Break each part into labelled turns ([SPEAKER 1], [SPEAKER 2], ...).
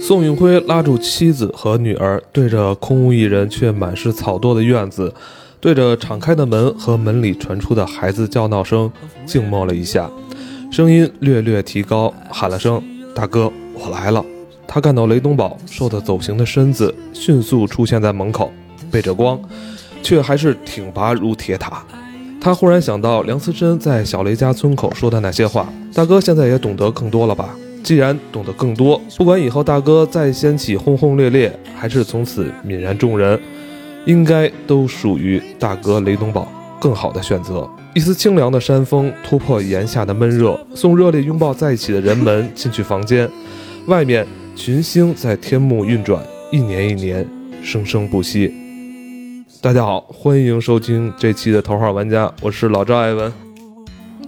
[SPEAKER 1] 宋运辉拉住妻子和女儿，对着空无一人却满是草垛的院子，对着敞开的门和门里传出的孩子叫闹声，静默了一下，声音略略提高，喊了声：“大哥，我来了。”他看到雷东宝瘦得走形的身子迅速出现在门口，背着光，却还是挺拔如铁塔。他忽然想到梁思申在小雷家村口说的那些话，大哥现在也懂得更多了吧？既然懂得更多，不管以后大哥再掀起轰轰烈烈，还是从此泯然众人，应该都属于大哥雷东宝更好的选择。一丝清凉的山风突破炎夏的闷热，送热烈拥抱在一起的人们进去房间。外面群星在天幕运转，一年一年，生生不息。大家好，欢迎收听这期的《头号玩家》，我是老赵艾文。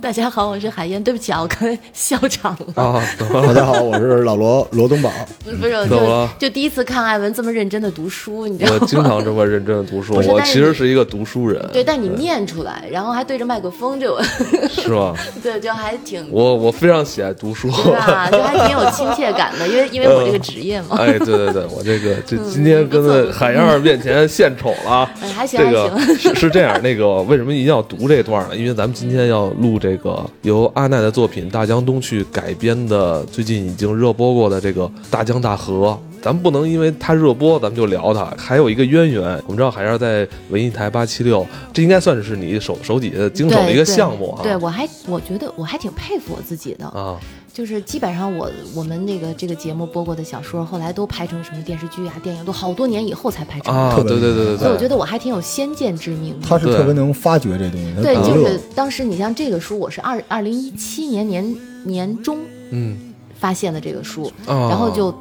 [SPEAKER 2] 大家好，我是海燕。对不起啊，我刚才笑场 了。
[SPEAKER 1] 啊，怎么
[SPEAKER 3] 大
[SPEAKER 1] 了？
[SPEAKER 3] 家好，我是老罗罗东宝。
[SPEAKER 2] 不是，不是，我
[SPEAKER 1] 怎么了
[SPEAKER 2] 就就第一次看艾文这么认真的读书，你知道
[SPEAKER 1] 我
[SPEAKER 2] 吗？
[SPEAKER 1] 经常这么认真的读书，
[SPEAKER 2] 不是
[SPEAKER 1] 我
[SPEAKER 2] 但是
[SPEAKER 1] 其实是一个读书人，
[SPEAKER 2] 对，但你念出来，然后还对着麦克风，就
[SPEAKER 1] 是吗？
[SPEAKER 2] 对，就还挺
[SPEAKER 1] 我我非常喜爱读书。
[SPEAKER 2] 对吧？ 就还挺有亲切感的，因为因为我这个职业 嘛。
[SPEAKER 1] 哎，对对对，我这个这今天跟在海燕儿面前献丑了啊。
[SPEAKER 2] 哎，还行
[SPEAKER 1] 这
[SPEAKER 2] 还
[SPEAKER 1] 个
[SPEAKER 2] 行，
[SPEAKER 1] 是是这样，那个为什么一定要读这段呢？因为咱们今天要录这个由阿奈的作品《大江东去》改编的，最近已经热播过的这个《大江大河》。咱们不能因为它热播，咱们就聊它。还有一个渊源，我们知道海燕在文艺台八七六，这应该算是你手手底下经手的一个项目啊。
[SPEAKER 2] 对对我还我觉得我还挺佩服我自己的，
[SPEAKER 1] 啊，
[SPEAKER 2] 就是基本上我我们那个这个节目播过的小说，后来都拍成什么电视剧啊、电影，都好多年以后才拍成。
[SPEAKER 1] 啊，
[SPEAKER 3] 特
[SPEAKER 1] 对
[SPEAKER 3] 别
[SPEAKER 1] 对对对
[SPEAKER 2] 所以我觉
[SPEAKER 1] 对，
[SPEAKER 2] 得我还挺有先见之明的。
[SPEAKER 3] 他是
[SPEAKER 1] 对
[SPEAKER 3] 特别能发掘这东西，他
[SPEAKER 2] 对，
[SPEAKER 3] 不
[SPEAKER 2] 就
[SPEAKER 3] 热
[SPEAKER 2] 是当时你像这个书，我是二二零一七年年年中
[SPEAKER 1] 嗯，
[SPEAKER 2] 发现的这个书，
[SPEAKER 1] 啊
[SPEAKER 2] 然后就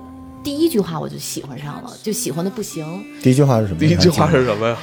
[SPEAKER 2] 第一句话我就喜欢上了，就喜欢的不行。
[SPEAKER 3] 第一句话是什么？
[SPEAKER 1] 第一句话
[SPEAKER 3] 你还记
[SPEAKER 1] 是什么呀？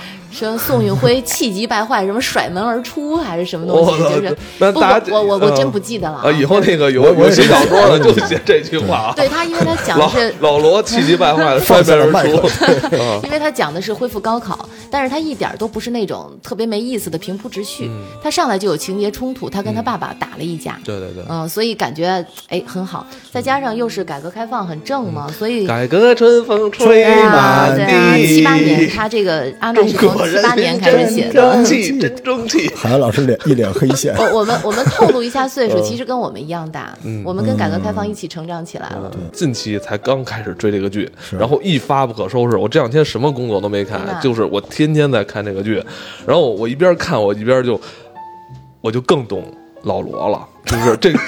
[SPEAKER 2] 说宋运辉气急败坏，什么甩门而出还是什么东
[SPEAKER 1] 我
[SPEAKER 2] 西，就是
[SPEAKER 1] 那
[SPEAKER 2] 不，
[SPEAKER 1] 大家
[SPEAKER 2] 我我我我真不
[SPEAKER 1] 啊
[SPEAKER 2] 记得了
[SPEAKER 1] 啊，以后那个有
[SPEAKER 3] 我我
[SPEAKER 1] 有
[SPEAKER 3] 也是
[SPEAKER 1] 写小说 的就写这句话啊。
[SPEAKER 2] 对他，因为他讲的
[SPEAKER 1] 老
[SPEAKER 2] 是。
[SPEAKER 1] 老罗气急败坏的摔
[SPEAKER 3] 放下
[SPEAKER 1] 门
[SPEAKER 3] 了
[SPEAKER 1] 而
[SPEAKER 3] 麦克
[SPEAKER 1] 出，啊
[SPEAKER 2] 因为他讲的是恢复高考，但是他一点儿都不是那种特别没意思的平铺直叙，他上来就有情节冲突，他跟他爸爸打了一架，
[SPEAKER 1] 嗯对对对。
[SPEAKER 2] 嗯、所以感觉哎很好，再加上又是改革开放很正嘛，所 以
[SPEAKER 1] 改革春风吹
[SPEAKER 2] 对啊，
[SPEAKER 1] 满
[SPEAKER 2] 对
[SPEAKER 1] 地，
[SPEAKER 2] 啊，七八年，他这个阿奈是
[SPEAKER 1] 中
[SPEAKER 2] 从
[SPEAKER 1] 国
[SPEAKER 2] 七
[SPEAKER 1] 人
[SPEAKER 2] 八年开始写
[SPEAKER 1] 民真
[SPEAKER 2] 的。。
[SPEAKER 1] 争气，真争气。
[SPEAKER 3] 得海洋老师脸一脸黑线
[SPEAKER 2] 我我们我们透露一下岁
[SPEAKER 1] 嗯
[SPEAKER 2] 数，其实跟我们一样大，我们跟改革开放一起成长起来了。
[SPEAKER 1] 近期才刚开始追这个剧，然后一发不可收拾。我这两天什么工作都没
[SPEAKER 2] 真
[SPEAKER 1] 看
[SPEAKER 2] 的，啊
[SPEAKER 1] 就是我天天在看这个剧，然后我一边看我一边就，我就更懂老罗 了，就是这个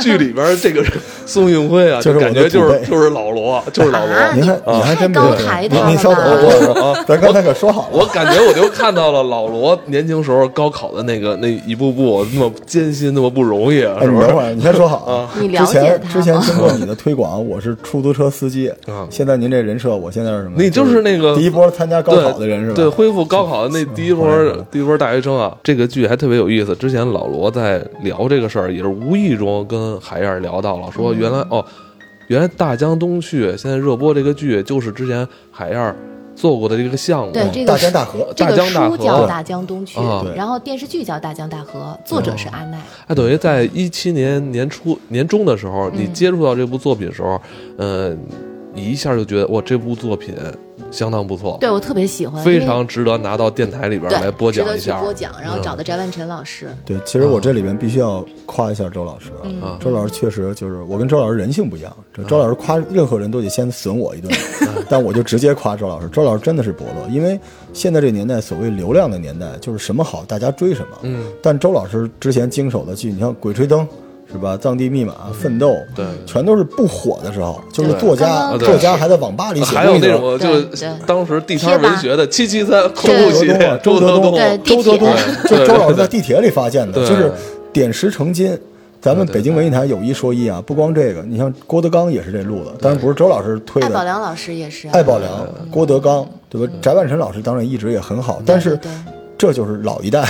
[SPEAKER 1] 剧里边这个人宋运辉啊，
[SPEAKER 3] 就是
[SPEAKER 1] 就
[SPEAKER 3] 我
[SPEAKER 1] 感
[SPEAKER 3] 的
[SPEAKER 1] 觉就
[SPEAKER 3] 祖
[SPEAKER 1] 是
[SPEAKER 3] 辈
[SPEAKER 1] 就是老罗，就是老罗。
[SPEAKER 2] 啊
[SPEAKER 3] 您还你还真没有
[SPEAKER 2] 太高抬头
[SPEAKER 3] 你
[SPEAKER 2] 了吧
[SPEAKER 3] 你稍等，
[SPEAKER 1] 我我
[SPEAKER 3] 我咱刚才可说好了，
[SPEAKER 1] 我感觉我就看到了老罗年轻时候高考的那个那一步步那么艰辛，那么不容易，啊
[SPEAKER 3] 哎
[SPEAKER 1] 是
[SPEAKER 3] 你
[SPEAKER 1] 不
[SPEAKER 3] 等
[SPEAKER 1] 是？
[SPEAKER 3] 会儿你先说好啊。
[SPEAKER 2] 你了
[SPEAKER 3] 之
[SPEAKER 2] 解
[SPEAKER 3] 前
[SPEAKER 2] 他哦
[SPEAKER 3] 之前
[SPEAKER 2] 吗？
[SPEAKER 3] 经过你的推广，我是出租车司机。现在您这人设，我现在是什么？
[SPEAKER 1] 你就是那个
[SPEAKER 3] 第一波参加高考的人是吧？
[SPEAKER 1] 对，恢复高考的那第一波
[SPEAKER 3] 是是
[SPEAKER 1] 第一波大学生啊，这个剧还特别有意思。之前老罗在聊这个事儿，也是无意中跟海燕聊到了，
[SPEAKER 3] 嗯
[SPEAKER 1] 说原来、哦，原来《大江东去》现在热播这个剧，就是之前海燕做过的这个项目。
[SPEAKER 2] 对这个
[SPEAKER 3] 大江大河，
[SPEAKER 2] 这
[SPEAKER 1] 大
[SPEAKER 2] 个
[SPEAKER 1] 江大河
[SPEAKER 2] 书叫《大江东去
[SPEAKER 1] 啊》，
[SPEAKER 3] 对
[SPEAKER 2] 然后电视剧叫《大江大河》，作者
[SPEAKER 1] 嗯
[SPEAKER 2] 是阿奈。
[SPEAKER 1] 他哎等于在一七年年初年中的时候，
[SPEAKER 2] 嗯
[SPEAKER 1] 你接触到这部作品的时候，嗯，你一下就觉得哇，这部作品相当不错，
[SPEAKER 2] 对我特别喜欢，
[SPEAKER 1] 非
[SPEAKER 2] 因为
[SPEAKER 1] 常值得拿到电台里边来
[SPEAKER 2] 对，
[SPEAKER 1] 播
[SPEAKER 2] 值
[SPEAKER 1] 讲
[SPEAKER 2] 得
[SPEAKER 1] 一
[SPEAKER 2] 去
[SPEAKER 1] 下。嗯
[SPEAKER 2] 播讲，然后找的翟万晨老师。
[SPEAKER 3] 对，其实我这里边必须要夸一下周老师啊，周老师确实就是我跟周老师人性不一样，这周老师夸任何人都得先损我一 顿，但我就直接夸周老师，周老师真的是伯乐，因为现在这年代所谓流量的年代，就是什么好大家追什么，嗯，但周老师之前经手的剧，你像《鬼吹灯》。是吧？藏地密码、奋斗，
[SPEAKER 1] 嗯对啊
[SPEAKER 3] 全都是不火的时候，就是
[SPEAKER 2] 对
[SPEAKER 3] 作
[SPEAKER 2] 刚
[SPEAKER 3] 家，
[SPEAKER 2] 刚
[SPEAKER 3] 作家还在网吧里写
[SPEAKER 1] 还
[SPEAKER 3] 东
[SPEAKER 1] 有
[SPEAKER 3] 西的
[SPEAKER 1] 那
[SPEAKER 3] 时候
[SPEAKER 1] 种
[SPEAKER 2] 对
[SPEAKER 1] 就是
[SPEAKER 2] 对
[SPEAKER 1] 当时地摊文学的七七三恐怖系列，
[SPEAKER 3] 周
[SPEAKER 1] 德
[SPEAKER 3] 德东
[SPEAKER 2] 对
[SPEAKER 3] 周德东
[SPEAKER 1] 地，铁
[SPEAKER 3] 就周老师在地铁里发现的，
[SPEAKER 1] 对
[SPEAKER 3] 就是点石成金。咱们
[SPEAKER 1] 对对
[SPEAKER 3] 北京文艺台有一说一啊，不光这个，你像郭德纲也是这路子，当然不是周老师推
[SPEAKER 2] 艾宝
[SPEAKER 3] 的。
[SPEAKER 2] 良老师也是啊，
[SPEAKER 3] 艾宝良、郭德纲，对
[SPEAKER 1] 嗯
[SPEAKER 3] 吧？翟万晨老师当然一直也很好，但是
[SPEAKER 2] 对
[SPEAKER 3] 这就是老一代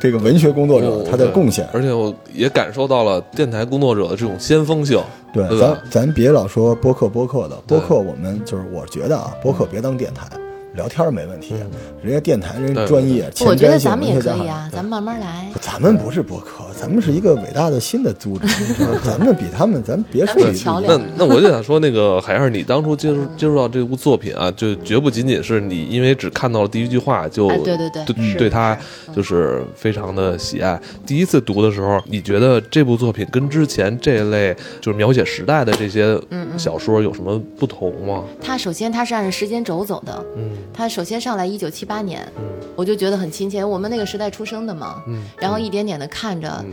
[SPEAKER 3] 这个文学工作者
[SPEAKER 1] 我
[SPEAKER 3] 他的贡献。
[SPEAKER 1] 哦而且我也感受到了电台工作者的这种先锋性，
[SPEAKER 3] 对，
[SPEAKER 1] 对
[SPEAKER 3] 咱
[SPEAKER 1] 吧？
[SPEAKER 3] 咱别老说播客播客的，播客我们就是我觉得啊，播客别当电台，聊天儿没问题
[SPEAKER 1] 嗯，
[SPEAKER 3] 人家电台人家
[SPEAKER 1] 对
[SPEAKER 3] 专业，前
[SPEAKER 2] 我觉得
[SPEAKER 3] 瞻性
[SPEAKER 2] 咱们也
[SPEAKER 3] 人家
[SPEAKER 2] 可
[SPEAKER 3] 在嗯
[SPEAKER 2] 以
[SPEAKER 3] 行
[SPEAKER 2] 啊，咱们慢慢来。
[SPEAKER 3] 咱们不是播客，咱们是一个伟大的新的 组织，你知道吗咱们比他们，咱们别说
[SPEAKER 2] 咱们是桥梁
[SPEAKER 1] 那那我就想说，那个海燕儿，你当初接触接触到这部作品啊，就绝不仅仅是你因为只看到了第一句话就、
[SPEAKER 2] 哎对对对
[SPEAKER 1] 对
[SPEAKER 2] 是
[SPEAKER 1] 对它
[SPEAKER 2] 嗯
[SPEAKER 1] 就是非常的喜爱。第一次读的时候，你觉得这部作品跟之前这类就是描写时代的这些
[SPEAKER 2] 嗯
[SPEAKER 1] 小说有什么不同吗？
[SPEAKER 2] 他首先他是按时间轴走的，
[SPEAKER 1] 嗯
[SPEAKER 2] 他首先上来一九七八年，
[SPEAKER 1] 嗯
[SPEAKER 2] 我就觉得很亲切，我们那个时代出生的嘛，
[SPEAKER 1] 嗯，
[SPEAKER 2] 然后一点点的看着
[SPEAKER 1] 嗯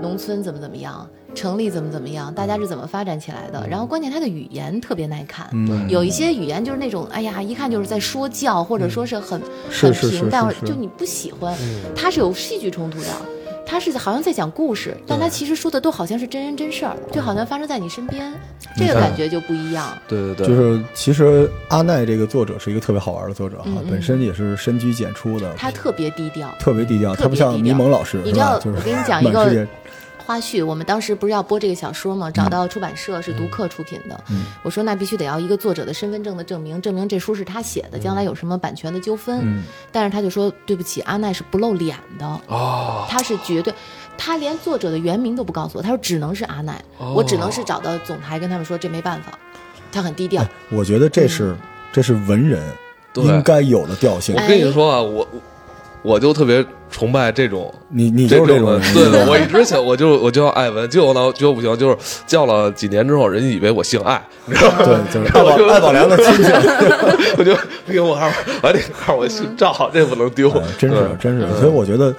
[SPEAKER 2] 农村怎么怎么样，城里怎么怎么样，大家是怎么发展起来的，然后关键他的语言特别耐看。
[SPEAKER 3] 嗯，
[SPEAKER 2] 有一些语言就是那种，哎呀，一看就是在说教，或者说是很、
[SPEAKER 3] 是
[SPEAKER 2] 很
[SPEAKER 3] 是是
[SPEAKER 2] 平淡，
[SPEAKER 3] 是是
[SPEAKER 2] 就你不喜欢。它是有戏剧冲突的，它是好像在讲故事，但它其实说的都好像是真人真事儿，就好像发生在你身边，这个
[SPEAKER 3] 看
[SPEAKER 2] 感觉就不一样。
[SPEAKER 1] 对对对，
[SPEAKER 3] 就是其实阿奈这个作者是一个特别好玩的作者哈
[SPEAKER 2] 嗯，嗯
[SPEAKER 3] 本身也是深居简出的，
[SPEAKER 2] 他特别低调。
[SPEAKER 3] 特别低调，
[SPEAKER 2] 特别
[SPEAKER 3] 他不像
[SPEAKER 2] 低调
[SPEAKER 3] 迷蒙老师，
[SPEAKER 2] 你
[SPEAKER 3] 是
[SPEAKER 2] 知
[SPEAKER 3] 吧
[SPEAKER 2] 道？
[SPEAKER 3] 就是
[SPEAKER 2] 我跟你讲一个
[SPEAKER 3] 满世界
[SPEAKER 2] 花絮，我们当时不是要播这个小说吗？找到出版社是读客出品的，
[SPEAKER 3] 嗯
[SPEAKER 2] 我说那必须得要一个作者的身份证的证明，证明这书是他写的，将来有什么版权的纠纷。
[SPEAKER 3] 嗯
[SPEAKER 2] 但是他就说对不起，阿奈是不露脸的，
[SPEAKER 1] 哦，
[SPEAKER 2] 他是绝对，他连作者的原名都不告诉我，他说只能是阿奈，
[SPEAKER 1] 哦
[SPEAKER 2] 我只能是找到总台跟他们说这没办法，他很低调
[SPEAKER 3] 哎。我觉得这
[SPEAKER 2] 嗯
[SPEAKER 3] 是这是文人
[SPEAKER 1] 对
[SPEAKER 3] 应该有的调性
[SPEAKER 2] 哎
[SPEAKER 1] 我，跟你说啊，我我就特别崇拜这种。
[SPEAKER 3] 你你就是
[SPEAKER 1] 这
[SPEAKER 3] 这种
[SPEAKER 1] 的
[SPEAKER 3] 人，
[SPEAKER 1] 对
[SPEAKER 3] 你知道
[SPEAKER 1] 的，
[SPEAKER 3] 吗
[SPEAKER 1] 我一直想，我就我就要艾文，结果呢，结果不行，就是叫了几年之后，人以为我姓艾，你知道吗？
[SPEAKER 3] 对，就是爱宝爱哦宝良的亲戚，
[SPEAKER 1] 我就不行，我还是我还得告诉我姓赵，
[SPEAKER 2] 嗯
[SPEAKER 1] 这不能丢
[SPEAKER 3] 哎，真是真
[SPEAKER 1] 嗯
[SPEAKER 3] 是，所以我觉得。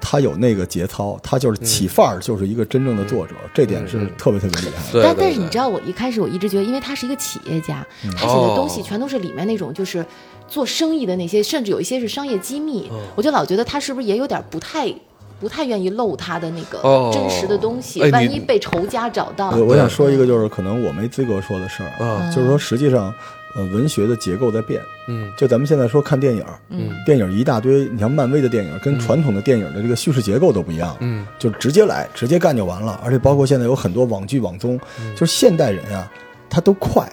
[SPEAKER 3] 他有那个节操，他就是
[SPEAKER 1] 嗯
[SPEAKER 3] 起范儿，就是一个真正的作者，这点是特别特别厉害的。
[SPEAKER 1] 对。对，
[SPEAKER 2] 但但
[SPEAKER 1] 对嗯
[SPEAKER 2] 是你知道，我一开始我一直觉得，因为他是一个企业家，他写的
[SPEAKER 1] 哦
[SPEAKER 2] 东西全都是里面那种就是做生意的那些，甚至有一些是商业机密，
[SPEAKER 1] 哦
[SPEAKER 2] 我就老觉得他是不是也有点不太。不太愿意露他的那个
[SPEAKER 1] 哦
[SPEAKER 2] 真实的东西，
[SPEAKER 1] 哎你
[SPEAKER 2] 万一被仇家找到，
[SPEAKER 3] 我我想说一个，就是可能我没资格说的事儿
[SPEAKER 1] 啊
[SPEAKER 3] 就是说实际上，呃，文学的结构在变。
[SPEAKER 1] 嗯
[SPEAKER 3] 就咱们现在说看电影，
[SPEAKER 2] 嗯，
[SPEAKER 3] 电影一大堆，你像漫威的电影跟传统的电影的这个叙事结构都不一样，
[SPEAKER 1] 嗯，
[SPEAKER 3] 就直接来，直接干就完了。而且包括现在有很多网剧、网综，
[SPEAKER 1] 嗯
[SPEAKER 3] 就是现代人啊，他都快，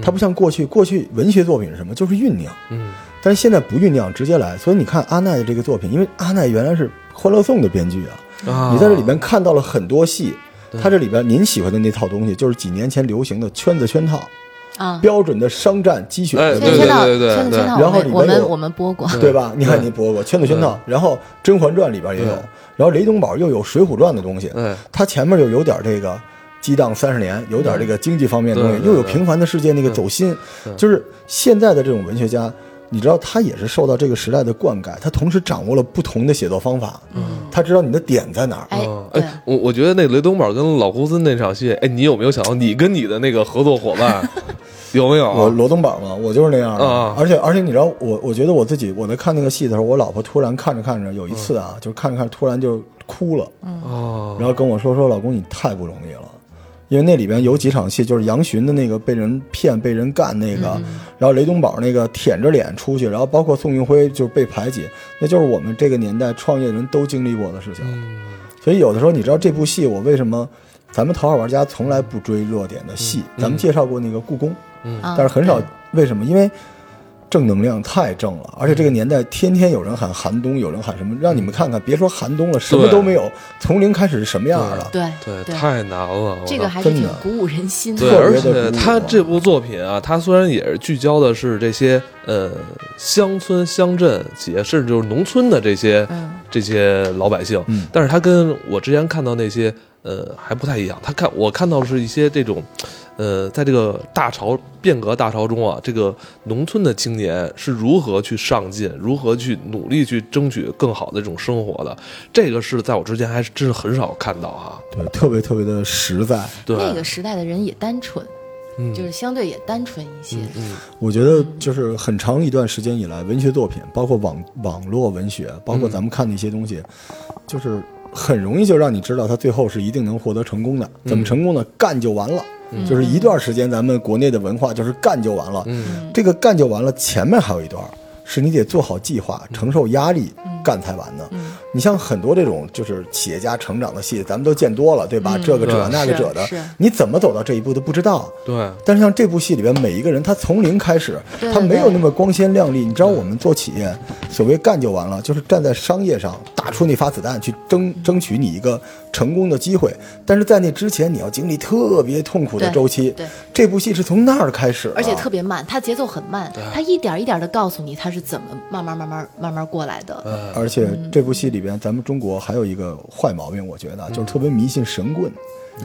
[SPEAKER 3] 他不像过去，过去文学作品是什么，就是酝酿，
[SPEAKER 1] 嗯
[SPEAKER 3] 但是现在不酝酿，直接来。所以你看阿奈的这个作品，因为阿奈原来是《欢乐颂》的编剧啊，
[SPEAKER 1] 啊，
[SPEAKER 3] 你在这里边看到了很多戏，它这里边您喜欢的那套东西，就是几年前流行的圈子圈套，
[SPEAKER 2] 啊，
[SPEAKER 3] 标准的商战鸡血
[SPEAKER 1] 哎
[SPEAKER 3] 的
[SPEAKER 2] 圈
[SPEAKER 1] 对
[SPEAKER 2] 圈
[SPEAKER 3] 东西，
[SPEAKER 1] 对
[SPEAKER 2] 套，
[SPEAKER 1] 对对
[SPEAKER 2] 圈
[SPEAKER 1] 对
[SPEAKER 2] 圈套，
[SPEAKER 3] 然后
[SPEAKER 2] 我
[SPEAKER 3] 里
[SPEAKER 2] 们
[SPEAKER 3] 面
[SPEAKER 2] 我们
[SPEAKER 3] 有
[SPEAKER 2] 我们播过，
[SPEAKER 3] 对吧？你看您播过圈子圈套，然后《甄嬛传》里边也有，然后雷东宝又有《水浒传》的东西，
[SPEAKER 1] 哎，
[SPEAKER 3] 它前面又有点这个激荡三十年，有点这个经济方面的东
[SPEAKER 1] 对
[SPEAKER 3] 西，
[SPEAKER 1] 对
[SPEAKER 3] 又有
[SPEAKER 1] 对
[SPEAKER 3] 平凡的世界那个走心，就是现在的这种文学家。你知道，他也是受到这个时代的灌溉，他同时掌握了不同的写作方法，他知道你的点在哪儿，
[SPEAKER 2] 哎
[SPEAKER 1] 嗯，
[SPEAKER 2] 对，
[SPEAKER 1] 哎，我我觉得那雷东宝跟老胡森那场戏，哎，你有没有想到你跟你的那个合作伙 伴有没有
[SPEAKER 3] 我
[SPEAKER 1] 啊？
[SPEAKER 3] 罗东宝嘛，我就是那样的。
[SPEAKER 1] 啊
[SPEAKER 3] 而且而且你知道，我我觉得我自己我在看那个戏的时候，我老婆突然看着看着，有一次
[SPEAKER 1] 嗯
[SPEAKER 3] 啊，就是看着看着突然就哭了，
[SPEAKER 1] 哦，
[SPEAKER 3] 然后跟我说说老公你太不容易了。因为那里边有几场戏，就是杨巡的那个被人骗、被人干那个，
[SPEAKER 1] 嗯
[SPEAKER 3] 然后雷东宝那个舔着脸出去，然后包括宋运辉就是被排挤，那就是我们这个年代创业人都经历过的事情。
[SPEAKER 1] 嗯
[SPEAKER 3] 所以有的时候，你知道这部戏我为什么？咱们《头号玩家》从来不追热点的戏，
[SPEAKER 1] 嗯
[SPEAKER 3] 咱们介绍过那个故宫，
[SPEAKER 2] 啊
[SPEAKER 3] 但是很少。为什么？因为正能量太正了，而且这个年代天天有人喊寒冬，有人喊什么，让你们看看，别说寒冬了，什么
[SPEAKER 1] 嗯对
[SPEAKER 3] 都没有，从零开始是什么样的？
[SPEAKER 2] 对
[SPEAKER 1] 对，
[SPEAKER 2] 对，
[SPEAKER 1] 太难了，我
[SPEAKER 2] 这
[SPEAKER 1] 操
[SPEAKER 2] 个还是
[SPEAKER 3] 真
[SPEAKER 2] 挺
[SPEAKER 3] 的
[SPEAKER 2] 鼓舞人心
[SPEAKER 1] 对，
[SPEAKER 2] 的。
[SPEAKER 3] 特
[SPEAKER 1] 而
[SPEAKER 3] 别地啊
[SPEAKER 1] 且
[SPEAKER 3] 鼓舞
[SPEAKER 1] 他
[SPEAKER 3] 我
[SPEAKER 1] 这部作品啊，他虽然也是聚焦的是这些呃乡村、乡镇企业，甚至就是农村的这些、
[SPEAKER 2] 嗯
[SPEAKER 1] 这些老百姓，
[SPEAKER 3] 嗯
[SPEAKER 1] 但是他跟我之前看到那些呃还不太一样。他看我看到的是一些这种，呃，在这个大潮变革大潮中啊，这个农村的青年是如何去上进，如何去努力去争取更好的这种生活的。这个是在我之前还是真是很少看到哈、
[SPEAKER 3] 对，特别特别的实在。
[SPEAKER 1] 对，
[SPEAKER 2] 那个时代的人也单纯，
[SPEAKER 1] 嗯
[SPEAKER 2] 就是相对也单纯一些。
[SPEAKER 3] 我觉得就是很长一段时间以来，文学作品，包括网网络文学，包括咱们看的一些东西，就是很容易就让你知道它最后是一定能获得成功的。怎么成功呢？干就完了。就是一段时间，咱们国内的文化就是干就完了。
[SPEAKER 1] 嗯
[SPEAKER 3] 这个干
[SPEAKER 2] 嗯
[SPEAKER 3] 就完了，前面还有一段。是你得做好计划，承受压力，干才完的。你像很多这种就是企业家成长的戏，咱们都见多了，对吧？这个者
[SPEAKER 1] 对
[SPEAKER 3] 那个
[SPEAKER 2] 嗯是
[SPEAKER 3] 者的
[SPEAKER 2] 是，
[SPEAKER 3] 你怎么走到这一步都不知道。
[SPEAKER 1] 对，
[SPEAKER 3] 但是像这部戏里边每一个人，他从零开始，
[SPEAKER 2] 对
[SPEAKER 3] 他没有
[SPEAKER 2] 对
[SPEAKER 3] 那么光鲜亮丽。你知道我们做企业，所谓干就完了，就是站在商业上打出那发子弹去争
[SPEAKER 2] 嗯
[SPEAKER 3] 争取你一个成功的机会。但是在那之前，你要经历特别痛苦的
[SPEAKER 2] 对
[SPEAKER 3] 周期。
[SPEAKER 2] 对
[SPEAKER 3] 这部戏是从那儿开始的，啊
[SPEAKER 2] 而且
[SPEAKER 1] 啊
[SPEAKER 2] 特别慢，它节奏很慢，它一点儿一点的告诉你它是怎么慢慢慢慢慢慢过来
[SPEAKER 1] 嗯
[SPEAKER 2] 的。
[SPEAKER 1] 呃
[SPEAKER 3] 而且这部戏里边，咱们中国还有一个坏毛病，我觉得啊就是特别迷信神棍，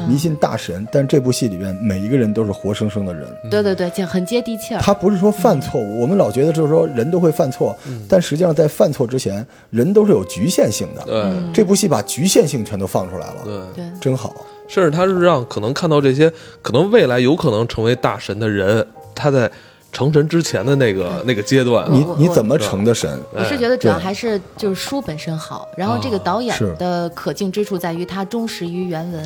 [SPEAKER 3] 迷信大神。但这部戏里边，每一个人都是活生生的人。
[SPEAKER 2] 对对对，这很接地气儿。
[SPEAKER 3] 他不是说犯错误，我们老觉得就是说人都会犯错，
[SPEAKER 1] 嗯
[SPEAKER 3] 但实际上在犯错之前，人都是有局限性的。
[SPEAKER 1] 对，
[SPEAKER 3] 这部戏把局限性全都放出来了，
[SPEAKER 1] 对。
[SPEAKER 2] 对，
[SPEAKER 3] 真好。
[SPEAKER 1] 甚至他是让可能看到这些可能未来有可能成为大神的人，他在成神之前的那个那个阶段，啊
[SPEAKER 3] 你
[SPEAKER 2] 我
[SPEAKER 3] 你怎么成的神？
[SPEAKER 2] 我是觉得主要
[SPEAKER 3] 对
[SPEAKER 2] 还是就是书本身好，然后这个导
[SPEAKER 1] 啊
[SPEAKER 2] 演
[SPEAKER 3] 是
[SPEAKER 2] 的可敬之处在于他忠实于原文，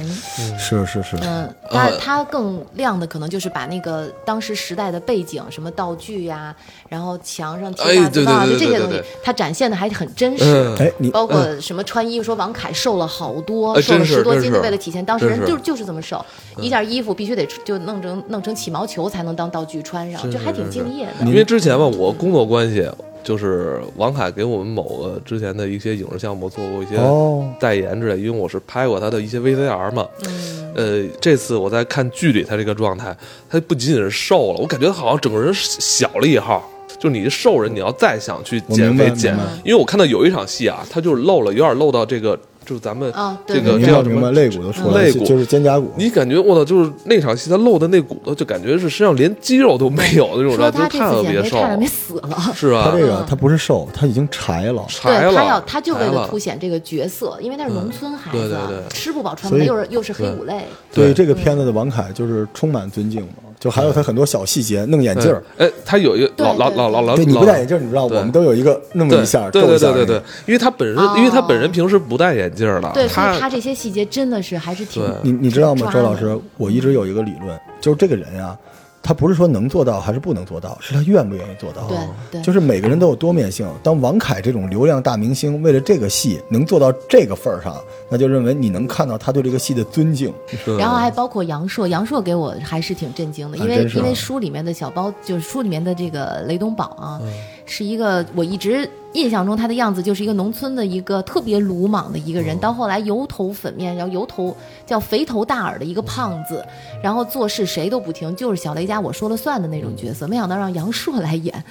[SPEAKER 3] 是是是，
[SPEAKER 2] 嗯，他
[SPEAKER 1] 呃
[SPEAKER 2] 他更亮的可能就是把那个当时时代的背景，什么道具呀、然后墙上贴
[SPEAKER 1] 哎
[SPEAKER 2] 大字
[SPEAKER 1] 对
[SPEAKER 2] 报啊，
[SPEAKER 1] 对
[SPEAKER 2] 就
[SPEAKER 1] 对
[SPEAKER 2] 这些
[SPEAKER 1] 对
[SPEAKER 2] 东
[SPEAKER 1] 对
[SPEAKER 2] 西，他展现的还很真
[SPEAKER 1] 嗯
[SPEAKER 2] 实。
[SPEAKER 3] 哎，你
[SPEAKER 2] 包括什么穿衣服，说王凯瘦了好多，
[SPEAKER 1] 哎
[SPEAKER 2] 瘦
[SPEAKER 1] 嗯
[SPEAKER 2] 了
[SPEAKER 1] 真是
[SPEAKER 2] 十多斤，
[SPEAKER 1] 真是
[SPEAKER 2] 就为了体现当时人
[SPEAKER 1] 真是嗯
[SPEAKER 2] 就是就是这么瘦，一件衣服必须得就弄成弄成起毛球才能当道具穿上，
[SPEAKER 1] 真
[SPEAKER 2] 就是还挺
[SPEAKER 1] 真是
[SPEAKER 2] 敬业的。
[SPEAKER 1] 因为之前吧，我工作关系就是王凯给我们某个之前的一些影视项目做过一些
[SPEAKER 3] 哦
[SPEAKER 1] 代言之类，因为我是拍过他的一些 VCR 嘛。
[SPEAKER 2] 嗯
[SPEAKER 1] 呃，这次我在看剧里他这个状态，他不仅仅是瘦了，我感觉好像整个人小了一号。就你瘦人，你要再想去
[SPEAKER 3] 我
[SPEAKER 1] 减
[SPEAKER 3] 明白
[SPEAKER 1] 肥减
[SPEAKER 3] 明白，
[SPEAKER 1] 因为我看到有一场戏啊，他就是露了，有点露到这个，就是咱们
[SPEAKER 2] 啊对
[SPEAKER 1] 这个
[SPEAKER 3] 明
[SPEAKER 1] 这
[SPEAKER 3] 白
[SPEAKER 1] 叫什
[SPEAKER 3] 明白，
[SPEAKER 1] 么
[SPEAKER 3] 肋骨都出来了，
[SPEAKER 1] 肋骨
[SPEAKER 3] 就就是肩胛骨。
[SPEAKER 1] 你感觉我操，就是那场戏他露的那骨头，就感觉是身上连肌肉都没有的那种状
[SPEAKER 2] 说
[SPEAKER 1] 态，
[SPEAKER 2] 他
[SPEAKER 1] 就
[SPEAKER 2] 这
[SPEAKER 1] 看
[SPEAKER 2] 次
[SPEAKER 1] 特
[SPEAKER 2] 减
[SPEAKER 1] 别
[SPEAKER 2] 肥
[SPEAKER 1] 瘦，
[SPEAKER 2] 差点没死 了。
[SPEAKER 1] 是吧？
[SPEAKER 3] 他这个他不是瘦，他已经柴了。
[SPEAKER 1] 柴
[SPEAKER 2] 对
[SPEAKER 1] 了，
[SPEAKER 2] 他要，他就为
[SPEAKER 1] 柴
[SPEAKER 2] 了
[SPEAKER 1] 了嗯
[SPEAKER 2] 凸显这个角色，因为他是农村孩子，
[SPEAKER 1] 对对对
[SPEAKER 2] 吃不饱穿不
[SPEAKER 3] 所以
[SPEAKER 2] 暖，又是又是黑五类，
[SPEAKER 3] 对
[SPEAKER 1] 对嗯
[SPEAKER 3] 这个片子的王凯就是充满尊敬嘛，就还有他很多小细节，弄眼镜儿。
[SPEAKER 1] 哎，他有一个
[SPEAKER 2] 对
[SPEAKER 1] 老
[SPEAKER 2] 对
[SPEAKER 1] 老
[SPEAKER 2] 对
[SPEAKER 1] 老老老，
[SPEAKER 3] 对，你不
[SPEAKER 1] 老
[SPEAKER 3] 戴眼镜儿，你知道我
[SPEAKER 1] 对
[SPEAKER 3] 们都有一个那么
[SPEAKER 1] 对
[SPEAKER 3] 一下，
[SPEAKER 1] 对
[SPEAKER 3] 皱
[SPEAKER 1] 对
[SPEAKER 3] 一下
[SPEAKER 1] 对对
[SPEAKER 3] 那
[SPEAKER 1] 对
[SPEAKER 3] 个，
[SPEAKER 1] 因为他本身
[SPEAKER 2] 哦，
[SPEAKER 1] 因为他本人平时不戴眼镜儿的，
[SPEAKER 2] 对，所以
[SPEAKER 1] 他
[SPEAKER 2] 他这些细节真的是还是挺
[SPEAKER 1] 对
[SPEAKER 3] 你你知道吗，
[SPEAKER 2] 抓
[SPEAKER 3] 周老
[SPEAKER 2] 的
[SPEAKER 3] 师？我一直有一个理论，就是这个人啊，他不是说能做到还是不能做到，是他愿不愿意做到。
[SPEAKER 2] 对对
[SPEAKER 3] 哦就是每个人都有多面性。当王凯这种流量大明星为了这个戏能做到这个份儿上，那就认为你能看到他对这个戏的尊敬。
[SPEAKER 1] 对
[SPEAKER 2] 然后还包括杨烁，杨烁给我还是挺震惊的，
[SPEAKER 3] 啊
[SPEAKER 2] 因为、
[SPEAKER 3] 真是啊
[SPEAKER 2] 因为书里面的小包，就是书里面的这个雷东宝啊，
[SPEAKER 3] 嗯
[SPEAKER 2] 是一个我一直印象中他的样子就是一个农村的一个特别鲁莽的一个
[SPEAKER 3] 嗯
[SPEAKER 2] 人，到后来油头粉面，然后油头叫肥头大耳的一个
[SPEAKER 3] 嗯
[SPEAKER 2] 胖子，然后做事谁都不听，就是小雷家我说了算的那种角
[SPEAKER 3] 嗯
[SPEAKER 2] 色，没想到让杨烁来演，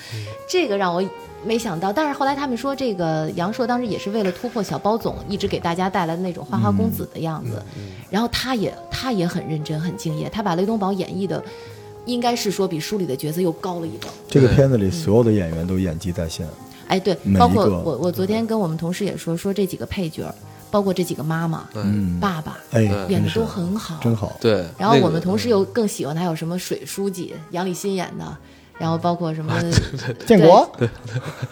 [SPEAKER 2] 这个让我。没想到，但是后来他们说，这个杨烁当时也是为了突破小包总一直给大家带来的那种花花公子的样子，
[SPEAKER 3] 嗯
[SPEAKER 2] 然后他也他也很认真很敬业，他把雷东宝演绎的，应该是说比书里的角色又高了一等。
[SPEAKER 1] 嗯
[SPEAKER 3] 这个片子
[SPEAKER 2] 嗯
[SPEAKER 3] 里所有的演员都演技在线，
[SPEAKER 2] 哎，对
[SPEAKER 3] 每，一
[SPEAKER 2] 包括
[SPEAKER 3] 个嗯
[SPEAKER 2] 我我昨天跟我们同事也说，说这几个配角，包括这几个妈妈、
[SPEAKER 3] 嗯，
[SPEAKER 2] 爸爸，
[SPEAKER 3] 哎，
[SPEAKER 2] 演
[SPEAKER 3] 真
[SPEAKER 2] 的
[SPEAKER 3] 是
[SPEAKER 2] 都很好，
[SPEAKER 3] 真。好。
[SPEAKER 1] 对，
[SPEAKER 2] 然
[SPEAKER 1] 那
[SPEAKER 2] 后
[SPEAKER 1] 个嗯
[SPEAKER 2] 我们同事又更喜欢他有什么水书记杨立新演的，然后包括什
[SPEAKER 1] 啊
[SPEAKER 2] 么，
[SPEAKER 3] 建国
[SPEAKER 2] 对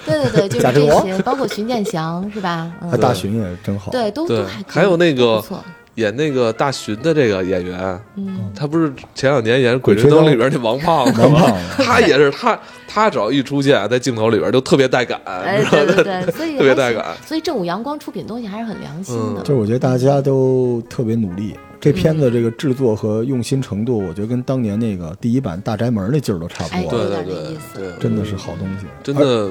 [SPEAKER 2] 对 对，就是
[SPEAKER 3] 贾志
[SPEAKER 2] 这
[SPEAKER 3] 国
[SPEAKER 2] 些，包括荀建祥是吧？
[SPEAKER 3] 他
[SPEAKER 2] 嗯，
[SPEAKER 3] 啊大巡也真好。
[SPEAKER 2] 对，都
[SPEAKER 1] 对
[SPEAKER 2] 都还可以
[SPEAKER 1] 还有那个
[SPEAKER 2] 都不错
[SPEAKER 1] 演那个大巡的这个演员，
[SPEAKER 2] 嗯，
[SPEAKER 1] 他不是前两年演《
[SPEAKER 3] 鬼
[SPEAKER 1] 鬼吹
[SPEAKER 3] 吹
[SPEAKER 1] 灯
[SPEAKER 3] 灯》
[SPEAKER 1] 里边那王胖子
[SPEAKER 3] 王
[SPEAKER 1] 吗
[SPEAKER 3] 胖？子
[SPEAKER 1] 他也是他，他只要一出现在镜头里边就特别带感，
[SPEAKER 2] 哎，
[SPEAKER 1] 你知道
[SPEAKER 2] 对
[SPEAKER 1] 吗
[SPEAKER 2] 对对，所以
[SPEAKER 1] 特别
[SPEAKER 2] 还
[SPEAKER 1] 带
[SPEAKER 2] 是
[SPEAKER 1] 感。嗯
[SPEAKER 2] 所以正午阳光出品东西还是很良心的。
[SPEAKER 3] 就是我觉得大家都特别努力，这片子这个制作和用心程度，我觉得跟当年那个第一版《大宅门》那劲儿都差不
[SPEAKER 2] 哎
[SPEAKER 3] 多
[SPEAKER 1] 对
[SPEAKER 3] 了，
[SPEAKER 1] 对
[SPEAKER 2] 有点那
[SPEAKER 1] 对
[SPEAKER 2] 意思
[SPEAKER 1] 对，
[SPEAKER 3] 真的是好东西。
[SPEAKER 1] 真的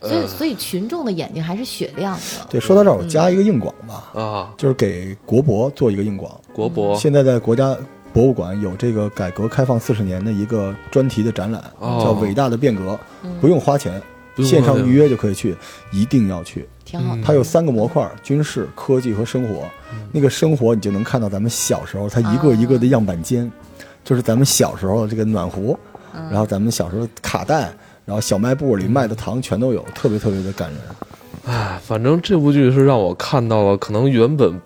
[SPEAKER 2] 所
[SPEAKER 1] 嗯
[SPEAKER 2] 以，所以群众的眼睛还是雪亮的。
[SPEAKER 3] 对，说到这儿，我加一个硬广吧，
[SPEAKER 1] 啊，
[SPEAKER 3] 就是给国博做一个硬广。
[SPEAKER 1] 国
[SPEAKER 2] 嗯
[SPEAKER 1] 博
[SPEAKER 3] 现在在国家博物馆有这个改革开放四十年的一个专题的展览，
[SPEAKER 1] 哦嗯
[SPEAKER 3] 叫“伟大的变革”，不用花钱，
[SPEAKER 1] 不用花
[SPEAKER 3] 线
[SPEAKER 1] 钱
[SPEAKER 3] 上预约就可以去，一定要去。
[SPEAKER 2] 挺好的。
[SPEAKER 3] 嗯它有三个模块儿：军事、科技和生活。那个生活，你就能看到咱们小时候它一个一个的样板间，就是咱们小时候的这个暖壶，
[SPEAKER 2] 嗯
[SPEAKER 3] 然后咱们小时候的卡带，然后小卖部里卖的糖全都有，特别特别的感人。
[SPEAKER 1] 哎，反正这部剧是让我看到了，可能原本，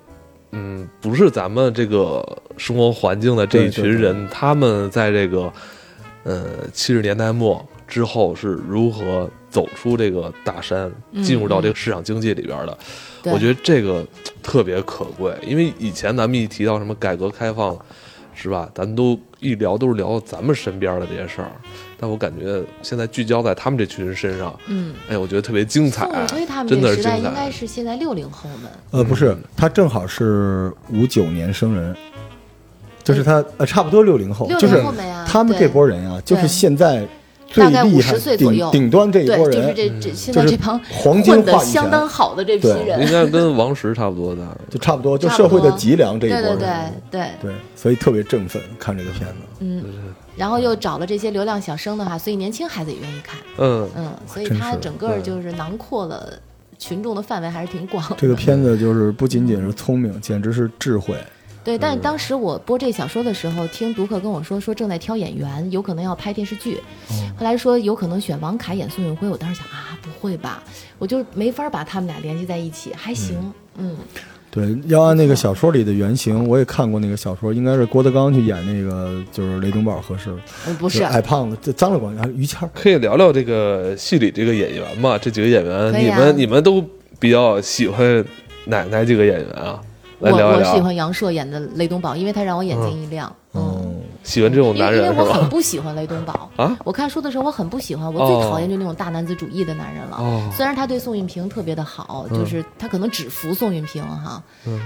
[SPEAKER 1] 嗯，不是咱们这个生活环境的这一群
[SPEAKER 3] 对对对
[SPEAKER 1] 人，他们在这个，呃，七十年代末之后是如何走出这个大山，进入到这个市场经济里边的。
[SPEAKER 2] 对
[SPEAKER 1] 我觉得这个特别可贵，因为以前咱们一提到什么改革开放，是吧？咱都一聊都是聊咱们身边的这些事儿，但我感觉现在聚焦在他们这群人身上，
[SPEAKER 2] 嗯，
[SPEAKER 1] 哎，我觉得特别精彩
[SPEAKER 2] 宋永辉他，们
[SPEAKER 1] 真的
[SPEAKER 2] 这
[SPEAKER 1] 是
[SPEAKER 2] 时
[SPEAKER 1] 精
[SPEAKER 2] 代应该
[SPEAKER 1] 彩。
[SPEAKER 2] 是现在六零后们，
[SPEAKER 3] 呃，不是，他正好是五九年生人，就是他呃，差不多六零后，
[SPEAKER 2] 60
[SPEAKER 3] 就是
[SPEAKER 2] 后们呀
[SPEAKER 3] 他们
[SPEAKER 2] 对
[SPEAKER 3] 这波人啊，就是
[SPEAKER 2] 对
[SPEAKER 3] 现在最
[SPEAKER 2] 大概
[SPEAKER 3] 厉
[SPEAKER 2] 50
[SPEAKER 3] 害
[SPEAKER 2] 岁左右
[SPEAKER 3] 顶顶端这一
[SPEAKER 2] 对
[SPEAKER 3] 波，人，
[SPEAKER 2] 就是这
[SPEAKER 1] 嗯
[SPEAKER 2] 这现
[SPEAKER 3] 就
[SPEAKER 2] 在
[SPEAKER 3] 是
[SPEAKER 2] 这帮
[SPEAKER 3] 黄金
[SPEAKER 2] 混得
[SPEAKER 3] 话语权
[SPEAKER 2] 相当好的这批
[SPEAKER 3] 对
[SPEAKER 2] 人，
[SPEAKER 1] 应该跟王石差不多的，
[SPEAKER 3] 就差不多，就
[SPEAKER 2] 差
[SPEAKER 3] 社
[SPEAKER 2] 不多
[SPEAKER 3] 会的脊梁这一波
[SPEAKER 2] 对
[SPEAKER 3] 人，
[SPEAKER 2] 对对对，嗯
[SPEAKER 3] 对所以特别振奋看这个片子，
[SPEAKER 1] 嗯
[SPEAKER 2] 然后又找了这些流量小生的话，所以年轻孩子也愿意看，
[SPEAKER 1] 嗯，
[SPEAKER 2] 嗯，所以
[SPEAKER 3] 真
[SPEAKER 2] 它
[SPEAKER 3] 是
[SPEAKER 2] 整个
[SPEAKER 1] 对
[SPEAKER 2] 就是囊括了群众的范围还是挺广的。
[SPEAKER 3] 这个片子就是不仅仅是聪明，简直是智慧，
[SPEAKER 2] 对，但是当时我播这小说的时候，听读客跟我说说正在挑演员，有可能要拍电视剧，
[SPEAKER 3] 哦
[SPEAKER 2] 后来说有可能选王凯演宋运辉，我当时想啊，不会吧，我就没法把他们俩联系在一起，还行，嗯，
[SPEAKER 3] 对，要按那个小说里的原型，我也看过那个小说，应该是郭德纲去演那个就是雷东宝合适，
[SPEAKER 2] 嗯不
[SPEAKER 3] 不
[SPEAKER 2] 是，
[SPEAKER 3] 矮胖子，这脏了管还是于谦儿。
[SPEAKER 1] 可以聊聊这个戏里这个演员嘛？这几个演员，
[SPEAKER 2] 可
[SPEAKER 1] 你
[SPEAKER 2] 以啊
[SPEAKER 1] 们你们都比较喜欢哪哪几个演员啊？来
[SPEAKER 2] 我
[SPEAKER 1] 聊一
[SPEAKER 2] 我
[SPEAKER 1] 聊，
[SPEAKER 2] 喜欢杨烁演的雷东宝，因为他让我眼睛一亮，嗯，
[SPEAKER 3] 嗯，
[SPEAKER 1] 喜欢这种
[SPEAKER 2] 因
[SPEAKER 1] 男
[SPEAKER 2] 为因
[SPEAKER 1] 人
[SPEAKER 2] 为
[SPEAKER 1] 是
[SPEAKER 2] 我很
[SPEAKER 1] 吧？
[SPEAKER 2] 不喜欢雷东宝。
[SPEAKER 1] 啊，
[SPEAKER 2] 我看书的时候，我很不喜欢，我
[SPEAKER 1] 哦
[SPEAKER 2] 最讨厌就那种大男子主义的男人了。
[SPEAKER 1] 哦嗯
[SPEAKER 2] 虽然他对宋运平特别的好，就是他可能只服宋运平哈，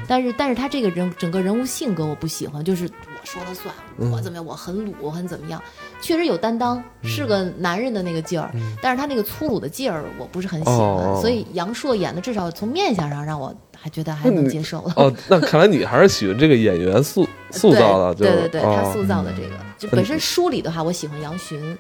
[SPEAKER 2] 但是但是他这个人整个人物性格我不喜欢，就是我说了算，
[SPEAKER 1] 嗯
[SPEAKER 2] 我怎么样，我很鲁，我很怎么样，确实有担当，是个男人的那个劲儿，但是他那个粗鲁的劲儿我不是很喜欢，
[SPEAKER 1] 嗯哦哦
[SPEAKER 2] 所以杨烁演的至少从面相上让我还觉得还
[SPEAKER 1] 那
[SPEAKER 2] 能
[SPEAKER 1] 你
[SPEAKER 2] 接受了。
[SPEAKER 1] 哦，那看来你还是喜欢这个演员塑塑造的，就
[SPEAKER 2] 对
[SPEAKER 1] 是
[SPEAKER 2] 对对对，他塑
[SPEAKER 1] 哦
[SPEAKER 2] 造的这
[SPEAKER 3] 嗯
[SPEAKER 2] 个，就本身书里的话，我喜欢杨巡。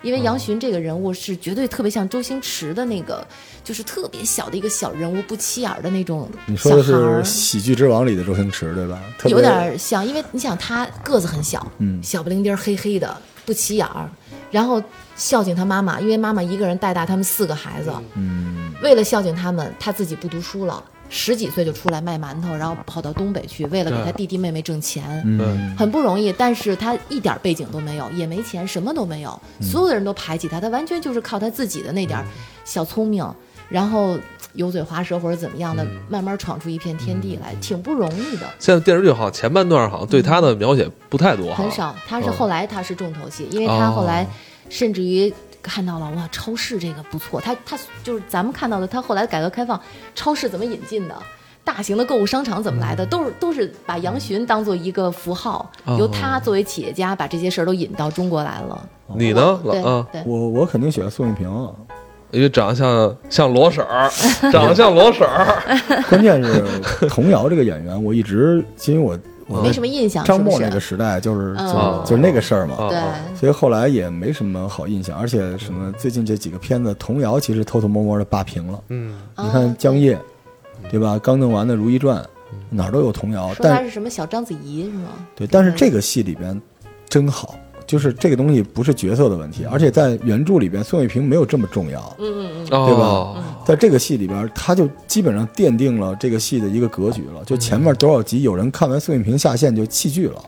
[SPEAKER 2] 因为杨巡这个人物是绝对特别像周星驰的那个，就是特别小的一个小人物，不起眼儿的那种
[SPEAKER 3] 你
[SPEAKER 2] 小
[SPEAKER 3] 说的是
[SPEAKER 2] 孩
[SPEAKER 3] 《
[SPEAKER 2] 儿，
[SPEAKER 3] 喜剧之王》里的周星驰对吧？特别
[SPEAKER 2] 有点儿像。因为你想他个子很小，
[SPEAKER 3] 嗯
[SPEAKER 2] 小不灵丁儿，黑黑的，不起眼儿。然后孝敬他妈妈，因为妈妈一个人带大他们四个孩子，
[SPEAKER 3] 嗯，
[SPEAKER 2] 为了孝敬他们，他自己不读书了，十几岁就出来卖馒头，然后跑到东北去，为了给他
[SPEAKER 1] 对
[SPEAKER 2] 弟弟妹妹挣钱。
[SPEAKER 1] 嗯
[SPEAKER 2] 很不容易，但是他一点背景都没有，也没钱，什么都没有，
[SPEAKER 3] 嗯
[SPEAKER 2] 所有的人都排挤他，他完全就是靠他自己的那点儿小聪明，然后嘖油嘴滑舌或者怎么样的，
[SPEAKER 3] 嗯
[SPEAKER 2] 慢慢闯出一片天地来，挺不容易的。
[SPEAKER 1] 现在电视剧好像前半段好像对他的描写不太多，
[SPEAKER 2] 很。少，他是
[SPEAKER 1] 嗯
[SPEAKER 2] 后来他是重头戏，因为他
[SPEAKER 1] 哦
[SPEAKER 2] 后来甚至于看到了哇，超市这个不错，他他就是咱们看到的，他后来改革开放，超市怎么引进的？大型的购物商场怎么来的？
[SPEAKER 1] 嗯
[SPEAKER 2] 都是都是把杨巡当做一个符号，由他作为企业家把这些事儿都引到中国来了。
[SPEAKER 1] 你呢，
[SPEAKER 2] 对
[SPEAKER 1] 老啊？
[SPEAKER 2] 对，
[SPEAKER 3] 我我肯定喜欢宋运平啊，
[SPEAKER 1] 因为长得像像罗婶 儿，长得像罗婶儿，
[SPEAKER 3] 关键是童谣这个演员，我一直因为我我
[SPEAKER 2] 没什么印象，
[SPEAKER 3] 张
[SPEAKER 2] 是不
[SPEAKER 3] 默
[SPEAKER 2] 是？
[SPEAKER 3] 那个时代就是就
[SPEAKER 2] 嗯
[SPEAKER 3] 是就是那个事儿嘛，
[SPEAKER 2] 对，
[SPEAKER 1] 啊
[SPEAKER 3] 所以后来也没什么好印象，而且什么最近这几个片子童谣其实偷偷摸摸的霸屏了，
[SPEAKER 1] 嗯，
[SPEAKER 2] 啊
[SPEAKER 3] 你看江夜，对吧？刚弄完的《如懿传》，
[SPEAKER 1] 嗯
[SPEAKER 3] 哪儿都有童谣，
[SPEAKER 2] 说嗯他
[SPEAKER 3] 但
[SPEAKER 2] 是什么小章子怡是吗？
[SPEAKER 3] 对，但是这个戏里边真好，就是这个东西不是角色的问题，而且在原著里边，宋卫平没有这么重要，
[SPEAKER 2] 嗯嗯
[SPEAKER 1] 对
[SPEAKER 3] 对吧？在这个戏里边，他就基本上奠定了这个戏的一个格局了。就前
[SPEAKER 1] 嗯
[SPEAKER 3] 面多少集，有人看完宋卫平下线就弃剧了，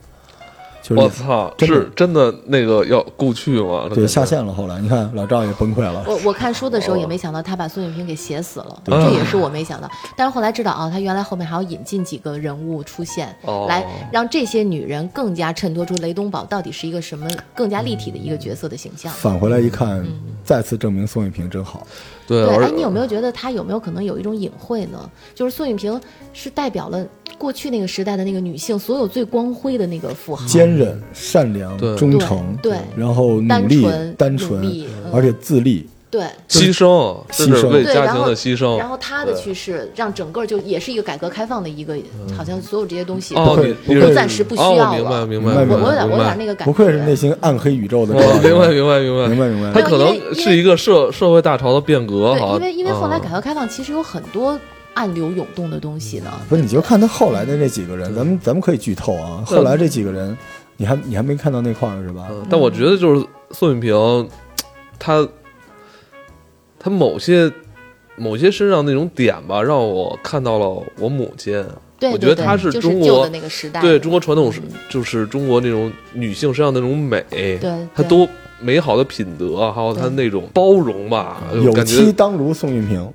[SPEAKER 3] 就
[SPEAKER 1] 我
[SPEAKER 3] 是也
[SPEAKER 1] 操，
[SPEAKER 3] 真的
[SPEAKER 1] 是真的那个要故去吗？
[SPEAKER 3] 对下线了。后来你看老赵也崩溃了
[SPEAKER 2] 嗯，，我我看书的时候也没想到他把宋运平给写死了，
[SPEAKER 1] 对
[SPEAKER 2] 这也是我没想到。但是后来知道啊，他原来后面还要引进几个人物出现，
[SPEAKER 1] 哦
[SPEAKER 2] 来让这些女人更加衬托出雷东宝到底是一个什么更加立体的一个角色的形象。
[SPEAKER 3] 返回来一看，
[SPEAKER 2] 嗯
[SPEAKER 3] 再次证明宋卫平真好。
[SPEAKER 1] 对，
[SPEAKER 2] 对，
[SPEAKER 1] 而
[SPEAKER 2] 哎，你有没有觉得他有没有可能有一种隐晦呢？就是宋运平是代表了过去那个时代的那个女性所有最光辉的那个符号，
[SPEAKER 3] 坚韧、善良
[SPEAKER 1] 对、
[SPEAKER 3] 忠诚，
[SPEAKER 2] 嗯对对
[SPEAKER 3] 然后努力、单
[SPEAKER 2] 单纯
[SPEAKER 3] 纯
[SPEAKER 2] 努力，嗯
[SPEAKER 3] 而且自立。
[SPEAKER 2] 对。
[SPEAKER 1] 牺牲，
[SPEAKER 3] 牺牲
[SPEAKER 1] 这是为
[SPEAKER 2] 对，
[SPEAKER 1] 家
[SPEAKER 2] 然
[SPEAKER 1] 庭
[SPEAKER 2] 后
[SPEAKER 1] 的牺牲。
[SPEAKER 2] 然后他的去世让整个就也是一个改革开放的一个，好像所有这些东西
[SPEAKER 1] 哦
[SPEAKER 3] 不，会
[SPEAKER 1] 你
[SPEAKER 3] 不会
[SPEAKER 1] 是
[SPEAKER 2] 暂时不需
[SPEAKER 1] 哦
[SPEAKER 2] 要
[SPEAKER 1] 明白
[SPEAKER 2] 了
[SPEAKER 1] 明白，
[SPEAKER 3] 我
[SPEAKER 1] 明白
[SPEAKER 2] 我有点我有
[SPEAKER 1] 明白
[SPEAKER 2] 点那个感觉，
[SPEAKER 3] 不愧是内心暗黑宇宙的这
[SPEAKER 1] 哦
[SPEAKER 3] 样一个
[SPEAKER 1] 明
[SPEAKER 3] 人，
[SPEAKER 1] 白明白明白
[SPEAKER 3] 明白明白
[SPEAKER 1] 他可
[SPEAKER 2] 没有
[SPEAKER 1] 能
[SPEAKER 2] 因为
[SPEAKER 1] 是一个社社会大潮的变革，好像
[SPEAKER 2] 对，因为因为后来改
[SPEAKER 1] 嗯
[SPEAKER 2] 革开放其实有很多暗流涌动的东西呢。
[SPEAKER 3] 不是，你就看他后来的那几个人，咱们咱们可以剧透啊。后来这几个人，你还你还没看到那块儿呢是吧？
[SPEAKER 1] 嗯但我觉得就是宋运平，他他某些某些身上那种点吧，让我看到了我母亲。
[SPEAKER 2] 对，
[SPEAKER 1] 我觉
[SPEAKER 2] 对
[SPEAKER 1] 得
[SPEAKER 2] 对
[SPEAKER 1] 她
[SPEAKER 2] 就是
[SPEAKER 1] 中
[SPEAKER 2] 旧
[SPEAKER 1] 国
[SPEAKER 2] 的那个时代，
[SPEAKER 1] 对中国传统是，就是中国那种女性身上的那种美，
[SPEAKER 2] 对
[SPEAKER 1] 她
[SPEAKER 2] 对
[SPEAKER 1] 都美好的品德，还有他那种包容吧，
[SPEAKER 3] 嗯有
[SPEAKER 1] 感
[SPEAKER 3] 妻
[SPEAKER 1] 觉
[SPEAKER 3] 当如宋运平，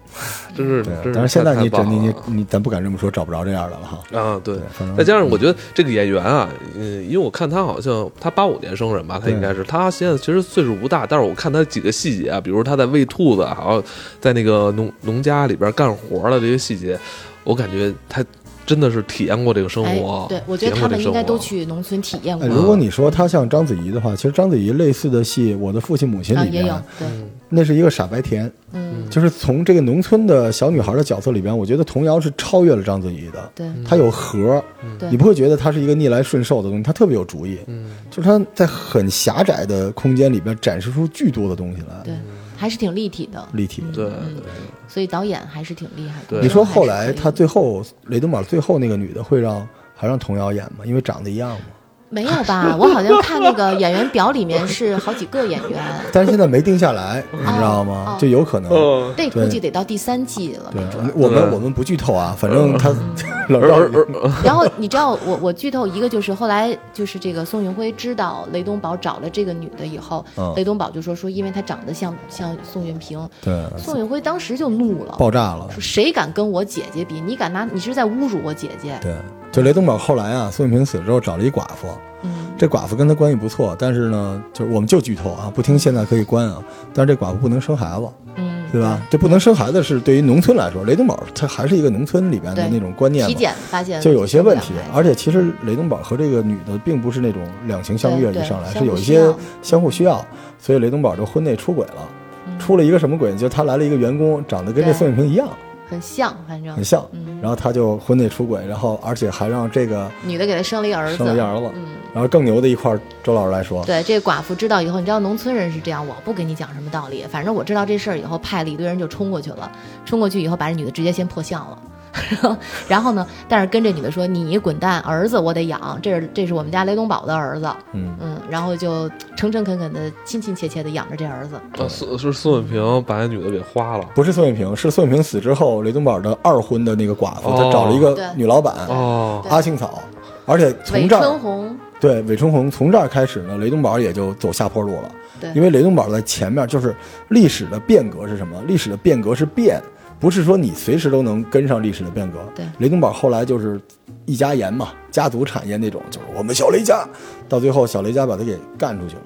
[SPEAKER 1] 真是
[SPEAKER 3] 对
[SPEAKER 1] 真是太。，
[SPEAKER 3] 但是现在你
[SPEAKER 1] 太
[SPEAKER 3] 真
[SPEAKER 1] 棒
[SPEAKER 3] 你
[SPEAKER 1] 了
[SPEAKER 3] 你你，咱不敢这么说，找不着这样的了哈。
[SPEAKER 1] 啊，对，
[SPEAKER 3] 反正嗯
[SPEAKER 1] 再加上我觉得这个演员啊，嗯，因为我看他好像他八五年生人吧，他应该是他现在其实岁数不大，但是我看他几个细节啊，比如他在喂兔子，还有在那个农农家里边干活的这些细节，我感觉他真的是体验过这个生
[SPEAKER 2] 哎
[SPEAKER 1] 活。，
[SPEAKER 2] 对，我觉得
[SPEAKER 1] 体验过这
[SPEAKER 2] 他们应该
[SPEAKER 1] 生活
[SPEAKER 2] 都去农村体验
[SPEAKER 1] 嗯
[SPEAKER 3] 哎，
[SPEAKER 2] 过
[SPEAKER 3] 如果你说他像章子怡的话，其实章子怡类似的戏，《我的父亲母亲》
[SPEAKER 2] 啊，
[SPEAKER 3] 里
[SPEAKER 2] 也有
[SPEAKER 3] 面，
[SPEAKER 2] 对，
[SPEAKER 1] 嗯
[SPEAKER 3] 那是一个傻白甜，
[SPEAKER 2] 嗯，
[SPEAKER 3] 就是从这个农村的小女孩的角色里边，我觉得童瑶是超越了章子怡的。
[SPEAKER 1] 嗯
[SPEAKER 2] 对
[SPEAKER 3] 她有核，
[SPEAKER 2] 对
[SPEAKER 3] 你不会觉得她是一个逆来顺受的东西，她特别有主意。
[SPEAKER 1] 嗯
[SPEAKER 3] 就是她在很狭窄的空间里边展示出巨多的东西来，
[SPEAKER 2] 对，还是挺立体的，
[SPEAKER 3] 立体。
[SPEAKER 1] 对，
[SPEAKER 2] 嗯所以导演还是挺厉害的。
[SPEAKER 1] 对
[SPEAKER 3] 你说后
[SPEAKER 2] 还
[SPEAKER 3] 来
[SPEAKER 2] 是可以
[SPEAKER 3] 她最后雷东宝最后那个女的会让还让童瑶演吗？因为长得一样嘛。
[SPEAKER 2] 没有吧？我好像看那个演员表里面是好几个演员，
[SPEAKER 3] 但是现在没定下来，你知道吗？就有可能。
[SPEAKER 1] 嗯，
[SPEAKER 2] 那估计得到第三季了。
[SPEAKER 3] 对，我们我们不剧透啊，反 正他老
[SPEAKER 1] 而
[SPEAKER 3] 赵
[SPEAKER 1] 哦嗯而而
[SPEAKER 2] 然后你知道我我剧透一个就是后来就是这个宋云辉知道雷东宝找了这个女的以后，
[SPEAKER 3] 嗯
[SPEAKER 2] 雷东宝就说说因为她长得像像宋云平，
[SPEAKER 3] 对
[SPEAKER 2] 宋云辉当时就怒了，
[SPEAKER 3] 爆炸了。
[SPEAKER 2] 说谁敢跟我姐姐比？你敢拿你是在侮辱我姐姐？
[SPEAKER 3] 对，就雷东宝后来啊，宋庆平死了之后找了一寡妇，
[SPEAKER 2] 嗯，
[SPEAKER 3] 这寡妇跟他关系不错，但是呢，就是我们就剧透啊，不听现在可以关啊，但是这寡妇不能生孩子，
[SPEAKER 2] 嗯，
[SPEAKER 3] 对吧？这不能生孩子是对于农村来说，雷东宝他还是一个农村里边的
[SPEAKER 2] 对
[SPEAKER 3] 那种观念
[SPEAKER 2] 体
[SPEAKER 3] 嘛，
[SPEAKER 2] 检发现
[SPEAKER 3] 就有些问题
[SPEAKER 2] 生
[SPEAKER 3] 啊
[SPEAKER 2] 不了。孩子
[SPEAKER 3] 而且其实雷东宝和这个女的并不是那种两情相
[SPEAKER 2] 对
[SPEAKER 3] 悦一
[SPEAKER 2] 对
[SPEAKER 3] 上来，
[SPEAKER 2] 相
[SPEAKER 3] 是
[SPEAKER 2] 互
[SPEAKER 3] 有一
[SPEAKER 2] 需
[SPEAKER 3] 些
[SPEAKER 2] 要
[SPEAKER 3] 相互需要，所以雷东宝就婚内出轨了。出了一个什么鬼？就他来了一个员工，长得跟
[SPEAKER 2] 嗯
[SPEAKER 3] 这
[SPEAKER 2] 对
[SPEAKER 3] 宋庆平一样，
[SPEAKER 2] 很像，反正
[SPEAKER 3] 很像，
[SPEAKER 2] 嗯
[SPEAKER 3] 然后他就婚内出轨，然后而且还让这个
[SPEAKER 2] 女的给他生了一儿子，
[SPEAKER 3] 生了一儿子。
[SPEAKER 2] 嗯。
[SPEAKER 3] 然后更牛的一块儿，周老师来说，
[SPEAKER 2] 对，这寡妇知道以后，你知道农村人是这样，我不跟你讲什么道理，反正我知道这事儿以后，派了一堆人就冲过去了，冲过去以后把这女的直接先破相了。 然后呢？但是跟这女的说：“你滚蛋，儿子我得养，这是这是我们家雷东宝的儿子。”
[SPEAKER 3] 嗯
[SPEAKER 2] 嗯，然后就诚诚恳恳的、亲亲切切的养着这儿子。
[SPEAKER 1] 啊，宋是宋永平把那女的给花了。
[SPEAKER 3] 不是宋运平，是宋运平死之后，雷东宝的二婚的那个寡妇，
[SPEAKER 1] 哦
[SPEAKER 3] 她找了一
[SPEAKER 2] 对
[SPEAKER 3] 个女老板
[SPEAKER 1] 哦，
[SPEAKER 2] 对
[SPEAKER 3] 阿庆草，而且从
[SPEAKER 2] 韦
[SPEAKER 3] 这
[SPEAKER 2] 春
[SPEAKER 3] 儿
[SPEAKER 2] 红，
[SPEAKER 3] 对韦春红从这儿开始呢，雷东宝也就走下坡路了。
[SPEAKER 2] 对，
[SPEAKER 3] 因为雷东宝在前面就是历史的变革是什么？历史的变革是变，不是说你随时都能跟上历史的变革。
[SPEAKER 2] 对
[SPEAKER 3] 雷东宝后来就是一家盐嘛，家族产业那种，就是我们小雷家，到最后小雷家把他给干出去了。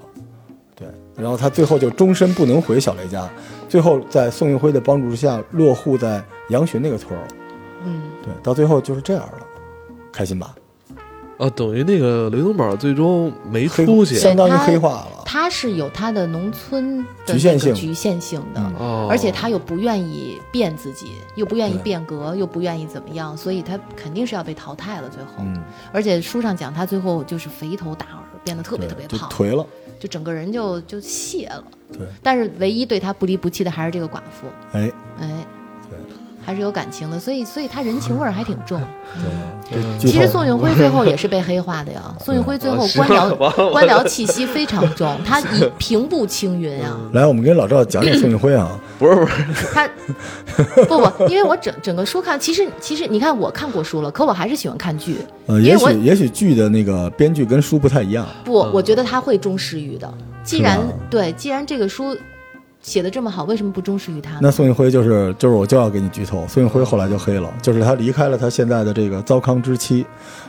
[SPEAKER 3] 对，然后他最后就终身不能回小雷家，最后在宋运辉的帮助之下落户在杨巡那个村儿了。
[SPEAKER 2] 嗯，
[SPEAKER 3] 对，到最后就是这样了，开心吧？
[SPEAKER 1] 啊，等于那个雷东宝最终没
[SPEAKER 3] 黑
[SPEAKER 1] 出去
[SPEAKER 3] 相当于
[SPEAKER 2] 对他
[SPEAKER 3] 黑化了。
[SPEAKER 2] 她是有她的农村的
[SPEAKER 3] 局
[SPEAKER 2] 那
[SPEAKER 3] 限
[SPEAKER 2] 个
[SPEAKER 3] 性
[SPEAKER 2] 局限性的。
[SPEAKER 3] 嗯
[SPEAKER 1] 哦，
[SPEAKER 2] 而且他又不愿意变自己，又不愿意
[SPEAKER 3] 对
[SPEAKER 2] 变革，又不愿意怎么样，所以他肯定是要被淘汰了。最后，
[SPEAKER 3] 嗯，
[SPEAKER 2] 而且书上讲他最后就是肥头大耳，变得特别
[SPEAKER 3] 对
[SPEAKER 2] 特别
[SPEAKER 3] 就
[SPEAKER 2] 胖，就
[SPEAKER 3] 颓了。
[SPEAKER 2] 整个人就就卸了。
[SPEAKER 3] 对，
[SPEAKER 2] 但是唯一对他不离不弃的还是这个寡妇，
[SPEAKER 3] 哎，
[SPEAKER 2] 哎，
[SPEAKER 3] 对
[SPEAKER 2] 还是有感情的，所以所以他人情味儿还挺 重。
[SPEAKER 3] 对，
[SPEAKER 1] 嗯
[SPEAKER 3] 这
[SPEAKER 2] 其
[SPEAKER 3] 剧
[SPEAKER 2] 实
[SPEAKER 3] 透
[SPEAKER 2] 宋运 辉最后也是被黑化的
[SPEAKER 3] 嗯
[SPEAKER 2] 呀，宋运辉
[SPEAKER 3] 哦
[SPEAKER 2] 最后
[SPEAKER 1] 是
[SPEAKER 2] 官僚
[SPEAKER 1] 完了
[SPEAKER 2] 官僚气息非常重， 他以平步青云啊。
[SPEAKER 3] 来，我们跟老赵讲讲宋运 辉啊。
[SPEAKER 1] 不是不是，
[SPEAKER 2] 他 不不，因为我整整个书看，其实其实你看我看过书了，可我还是喜欢看剧，
[SPEAKER 3] 呃，
[SPEAKER 2] 因
[SPEAKER 3] 也
[SPEAKER 2] 为我
[SPEAKER 3] 许也许剧的那个编剧跟书不太一样，
[SPEAKER 2] 不，我觉得他会忠实于的。既然
[SPEAKER 3] 是吧
[SPEAKER 2] 对，既然这个书写的这么好，为什么不忠实于他
[SPEAKER 3] 那
[SPEAKER 2] 呢？
[SPEAKER 3] 宋运辉就是就是我就要给你剧透，宋运辉后来就黑了，就是他离开了他现在的这个糟糠之妻，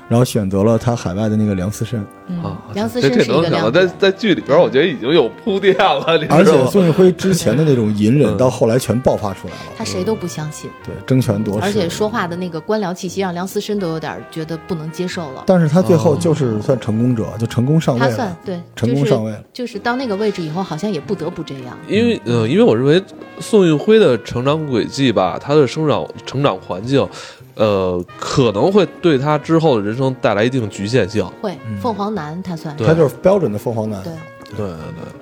[SPEAKER 3] 然后选择了他海外的那个哦梁思申，
[SPEAKER 1] 啊
[SPEAKER 2] 嗯，梁思
[SPEAKER 1] 这
[SPEAKER 2] 申
[SPEAKER 1] 这
[SPEAKER 2] 是一
[SPEAKER 1] 能
[SPEAKER 2] 个
[SPEAKER 1] 想
[SPEAKER 2] 亮
[SPEAKER 1] 到，在
[SPEAKER 2] 点，
[SPEAKER 1] 在剧里边，我觉得已经有铺垫了，你
[SPEAKER 3] 而
[SPEAKER 1] 知道
[SPEAKER 3] 且
[SPEAKER 1] 吗？
[SPEAKER 3] 宋运辉之前的那种隐忍
[SPEAKER 1] 嗯
[SPEAKER 3] 到后来全爆发出来了，
[SPEAKER 2] 他谁都不相信，
[SPEAKER 3] 对，争权夺
[SPEAKER 2] 而
[SPEAKER 3] 势
[SPEAKER 2] 且。说话的那个官僚气息让梁思申都有点觉得不能接受了。
[SPEAKER 3] 但是他最
[SPEAKER 1] 哦
[SPEAKER 3] 后就是算成功者，就成功上位
[SPEAKER 2] 他算
[SPEAKER 3] 了。
[SPEAKER 2] 对，
[SPEAKER 3] 成
[SPEAKER 2] 就
[SPEAKER 3] 功
[SPEAKER 2] 是
[SPEAKER 3] 上位了
[SPEAKER 2] 就是到那个位置以后，好像也不得不这样。
[SPEAKER 1] 因为呃，因为我认为宋运辉的成长轨迹吧，他的生长成长环境，呃，可能会对他之后的人生带来一定局限性。
[SPEAKER 2] 会
[SPEAKER 3] 嗯
[SPEAKER 2] 凤凰男他算是
[SPEAKER 1] 对
[SPEAKER 3] 他就是标准的凤凰男，
[SPEAKER 2] 对
[SPEAKER 1] 对对对。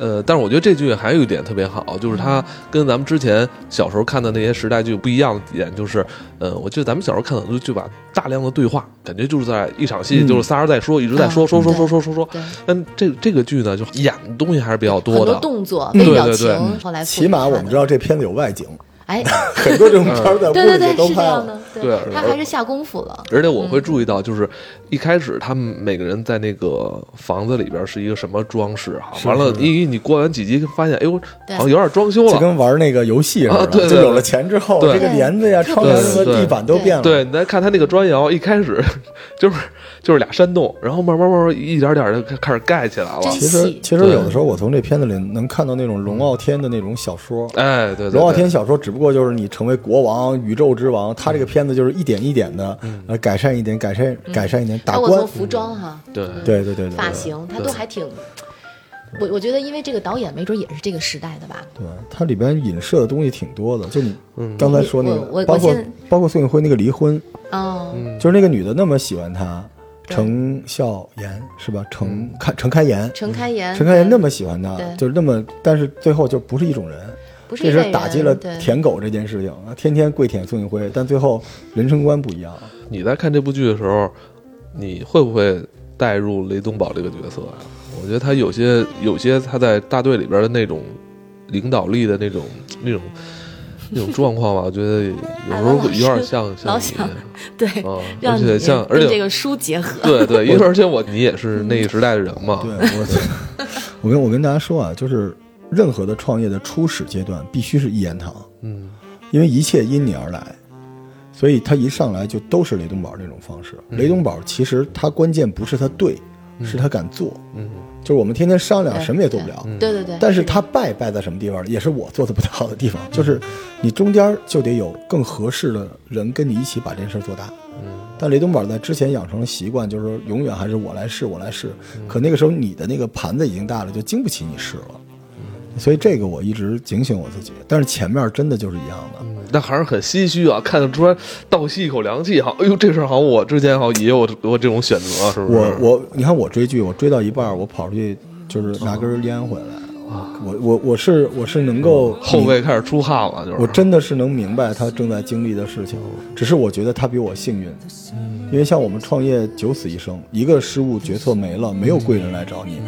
[SPEAKER 1] 呃，但是我觉得这剧还有一点特别好，就是它跟咱们之前小时候看的那些时代剧不一样的点，就是，呃，我记得咱们小时候看很多剧吧，大量的对话，感觉就是在一场戏，
[SPEAKER 3] 嗯
[SPEAKER 1] 就是仨人在说，一直在说
[SPEAKER 2] 啊
[SPEAKER 1] 说说
[SPEAKER 2] 对
[SPEAKER 1] 说说说说。
[SPEAKER 2] 对。
[SPEAKER 1] 但这这个剧呢，就演的东西还是比较
[SPEAKER 2] 很
[SPEAKER 1] 多的，
[SPEAKER 2] 动作、微
[SPEAKER 1] 对
[SPEAKER 2] 表
[SPEAKER 1] 对对
[SPEAKER 2] 情，后来
[SPEAKER 3] 嗯起码我们知
[SPEAKER 2] 道，
[SPEAKER 3] 道这片子有外景，
[SPEAKER 2] 哎，
[SPEAKER 3] 很多这种片儿在屋
[SPEAKER 2] 对对
[SPEAKER 3] 里就
[SPEAKER 2] 对，是
[SPEAKER 3] 都
[SPEAKER 2] 这
[SPEAKER 3] 拍
[SPEAKER 2] 样
[SPEAKER 3] 了。
[SPEAKER 2] 的，
[SPEAKER 1] 对
[SPEAKER 2] 他还是下功夫了。
[SPEAKER 1] 而且我会注意到，就是一开始他们每个人在那个房子里边是一个什么装饰哈，完了，一你过完几集发现，哎呦，
[SPEAKER 2] 对
[SPEAKER 1] 好像有点装修
[SPEAKER 3] 就
[SPEAKER 1] 了。
[SPEAKER 3] 跟玩那个游戏似
[SPEAKER 1] 啊
[SPEAKER 3] 的，
[SPEAKER 1] 对对
[SPEAKER 3] 就
[SPEAKER 1] 对
[SPEAKER 3] 有了钱之后，
[SPEAKER 1] 对
[SPEAKER 3] 这个帘子呀、
[SPEAKER 2] 对
[SPEAKER 3] 窗帘
[SPEAKER 1] 对
[SPEAKER 3] 和
[SPEAKER 1] 对
[SPEAKER 3] 地板都变了。
[SPEAKER 1] 对，你再看他那个砖窑，一开始就是就是俩山洞，然后慢慢慢慢一点点的开始盖起来了。
[SPEAKER 2] 真
[SPEAKER 3] 其实
[SPEAKER 2] 细
[SPEAKER 3] 其实
[SPEAKER 1] 对
[SPEAKER 3] 有的时候我从这片子里能看到那种龙傲天的那种小说。
[SPEAKER 1] 哎，对对对，
[SPEAKER 3] 龙傲天小说只不过就是你成为国王、宇宙之
[SPEAKER 1] 嗯
[SPEAKER 3] 王，他这个片子就是一点一点的，呃，改善一点，改善
[SPEAKER 1] 嗯
[SPEAKER 3] 改善一点，打
[SPEAKER 2] 包括
[SPEAKER 3] 官
[SPEAKER 2] 从，服装哈，
[SPEAKER 1] 对
[SPEAKER 3] 对对对对
[SPEAKER 2] 发
[SPEAKER 3] 对，
[SPEAKER 2] 型，他都还挺。我我觉得，因为这个导演没准也是这个时代的吧。
[SPEAKER 1] 嗯
[SPEAKER 3] 对，它里边影射的东西挺多的，就你刚才说那
[SPEAKER 2] 我我
[SPEAKER 3] 个，包
[SPEAKER 2] 我
[SPEAKER 3] 括
[SPEAKER 2] 现
[SPEAKER 3] 包括宋运辉那个离婚，
[SPEAKER 2] 嗯，
[SPEAKER 3] 就是那个女的那么喜欢他，
[SPEAKER 2] 对
[SPEAKER 3] 程孝言是吧？
[SPEAKER 1] 嗯
[SPEAKER 3] 程开程开言，
[SPEAKER 2] 陈开颜，
[SPEAKER 3] 嗯陈开颜那么喜欢他
[SPEAKER 2] 对，
[SPEAKER 3] 就是那么，但是最后就不是一种人，
[SPEAKER 2] 不是
[SPEAKER 3] 这
[SPEAKER 2] 一类
[SPEAKER 3] 是
[SPEAKER 2] 人
[SPEAKER 3] 打击了
[SPEAKER 2] 对
[SPEAKER 3] 舔狗这件事情，啊天天跪舔宋运辉，但最后人生观不一样。
[SPEAKER 1] 你在看这部剧的时候，你会不会带入雷东宝这个角色啊？我觉得他有些有些他在大队里边的那种领导力的那种那种那种状况吧，我觉得有时候会有点像
[SPEAKER 2] 老
[SPEAKER 1] 像
[SPEAKER 2] 想
[SPEAKER 1] 你
[SPEAKER 2] 对，
[SPEAKER 1] 啊，
[SPEAKER 2] 让
[SPEAKER 1] 而
[SPEAKER 2] 你
[SPEAKER 1] 且像而
[SPEAKER 2] 跟这
[SPEAKER 1] 且
[SPEAKER 2] 个书结合。
[SPEAKER 1] 对对，因为而且我你也是那个时代的人嘛，
[SPEAKER 3] 对我， 我跟我跟大家说啊，就是任何的创业的初始阶段必须是一言堂，
[SPEAKER 1] 嗯
[SPEAKER 3] 因为一切因你而来，所以他一上来就都是雷东宝这种方式。雷东宝其实他关键不是他对，是他敢做。
[SPEAKER 1] 嗯，
[SPEAKER 3] 就是我们天天商量，
[SPEAKER 2] 对
[SPEAKER 3] 什么也做不了。
[SPEAKER 2] 对对对，
[SPEAKER 3] 但是他败败在什么地方呢？也是我做的不到的地
[SPEAKER 1] 嗯
[SPEAKER 3] 方，就是你中间就得有更合适的人跟你一起把这事儿做大。
[SPEAKER 1] 嗯
[SPEAKER 3] 但雷东宝在之前养成了习惯，就是说永远还是我来试，我来试。
[SPEAKER 1] 嗯
[SPEAKER 3] 可那个时候你的那个盘子已经大了，就经不起你试了。
[SPEAKER 1] 嗯
[SPEAKER 3] 所以这个我一直警醒我自己，但是前面真的就是一样的。
[SPEAKER 1] 嗯但还是很唏嘘啊，看得出来倒吸一口凉气哈，哎呦，这事儿好像我之前好像也有过这种选择，是不是？
[SPEAKER 3] 我我你看我追剧，我追到一半儿，我跑出去就是
[SPEAKER 1] 哦
[SPEAKER 3] 拿根儿烟回来。我我我是我是能够
[SPEAKER 1] 后背开始出汗了，就是
[SPEAKER 3] 我真的是能明白他正在经历的事情，只是我觉得他比我幸运，
[SPEAKER 2] 嗯
[SPEAKER 3] 因为像我们创业九死一生，一个失误决策没了，没有贵人来找
[SPEAKER 2] 嗯
[SPEAKER 3] 你，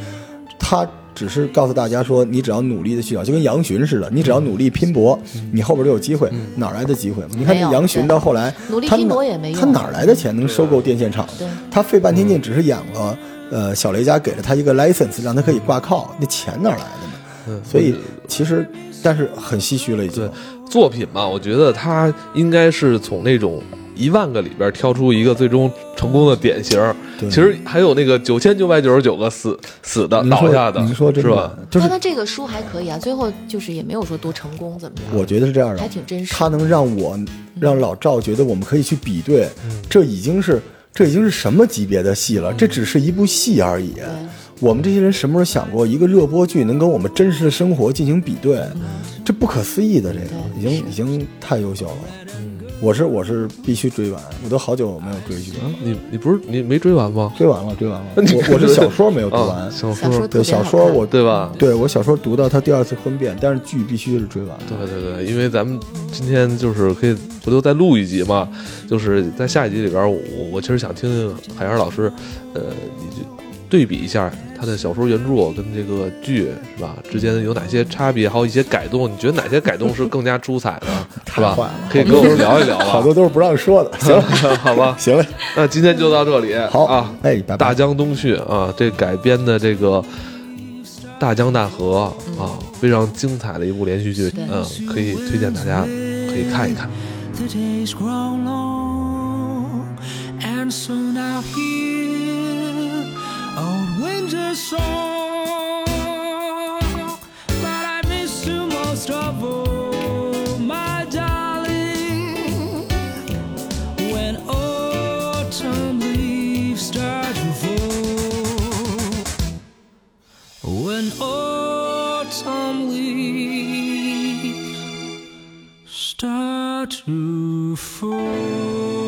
[SPEAKER 3] 他只是告诉大家说，你只要努力的去找，就跟杨巡似的，你只要努力拼搏，
[SPEAKER 2] 嗯
[SPEAKER 3] 你后边就有机会，哪来的机会？你看
[SPEAKER 2] 没有
[SPEAKER 3] 这杨巡到后来，
[SPEAKER 2] 努力
[SPEAKER 3] 他
[SPEAKER 2] 拼
[SPEAKER 3] 哪
[SPEAKER 2] 搏也嗯没用
[SPEAKER 3] 他哪来的钱能收购电线厂
[SPEAKER 2] 对？嗯
[SPEAKER 3] 他费半天劲只是养了，呃，小雷家给了他一个 license，让他可以挂靠，那钱哪来的呢？
[SPEAKER 2] 嗯
[SPEAKER 3] 所以其实，但是很唏嘘了已经
[SPEAKER 1] 对。作品嘛，我觉得它应该是从那种一万个里边挑出一个最终成功的典型儿。
[SPEAKER 3] 对
[SPEAKER 1] 其实还有那个九千九百九十九个死死的
[SPEAKER 3] 您
[SPEAKER 1] 呃倒
[SPEAKER 3] 说
[SPEAKER 1] 下的，
[SPEAKER 3] 您说真
[SPEAKER 1] 是吧
[SPEAKER 3] 的？，就
[SPEAKER 2] 但
[SPEAKER 3] 是
[SPEAKER 2] 他这个书还可以啊，最后就是也没有说多成功怎么样。
[SPEAKER 3] 我觉得是这样的，
[SPEAKER 2] 还挺真实
[SPEAKER 3] 他能让我让老赵觉得我们可以去比对，这已经是这已经是什么级别的戏了？这只是一部戏而已。我们这些人什么时候想过，一个热播剧能跟我们真实的生活进行比对？
[SPEAKER 2] 嗯
[SPEAKER 3] 这不可思议的，这个已经已经太优秀了。我是我是必须追完，我都好久没有追剧了，
[SPEAKER 1] 你你不是你没追完吗？
[SPEAKER 3] 追完了，追完 了。我我是小说没有读完，
[SPEAKER 1] 啊、小
[SPEAKER 2] 小
[SPEAKER 1] 说
[SPEAKER 2] 说
[SPEAKER 3] 对
[SPEAKER 2] 特别好
[SPEAKER 3] 小
[SPEAKER 2] 看
[SPEAKER 3] 说我
[SPEAKER 1] 对吧？
[SPEAKER 3] 对我小说读到他第二次婚变，但是剧必须是追完的。
[SPEAKER 1] 对对对，因为咱们今天就是可以回头再录一集嘛，就是在下一集里边儿，我我其实想听听海燕老师，呃，你就对比一下他的小说原著跟这个剧是吧之间有哪些差别，还有一些改动，你觉得哪些改动是更加出彩的，是
[SPEAKER 3] 太坏
[SPEAKER 1] 吧
[SPEAKER 3] 了？
[SPEAKER 1] 可以跟我们聊一聊
[SPEAKER 3] 好
[SPEAKER 1] 吧
[SPEAKER 3] 多，都是不让说 的。行了，
[SPEAKER 1] 好吧？
[SPEAKER 3] 行了，
[SPEAKER 1] 那今天就到这里，
[SPEAKER 3] 好
[SPEAKER 1] 啊，
[SPEAKER 3] 哎，拜拜。
[SPEAKER 1] 大江东去啊，这改编的这个大江大河啊，非常精彩的一部连续剧，嗯，可以推荐大家可以看一看。
[SPEAKER 4] The days grow long, and soon I'll hear old winter's song. But I miss you most of all, my darling. When autumn leaves start to fall, when autumn leaves start to fall.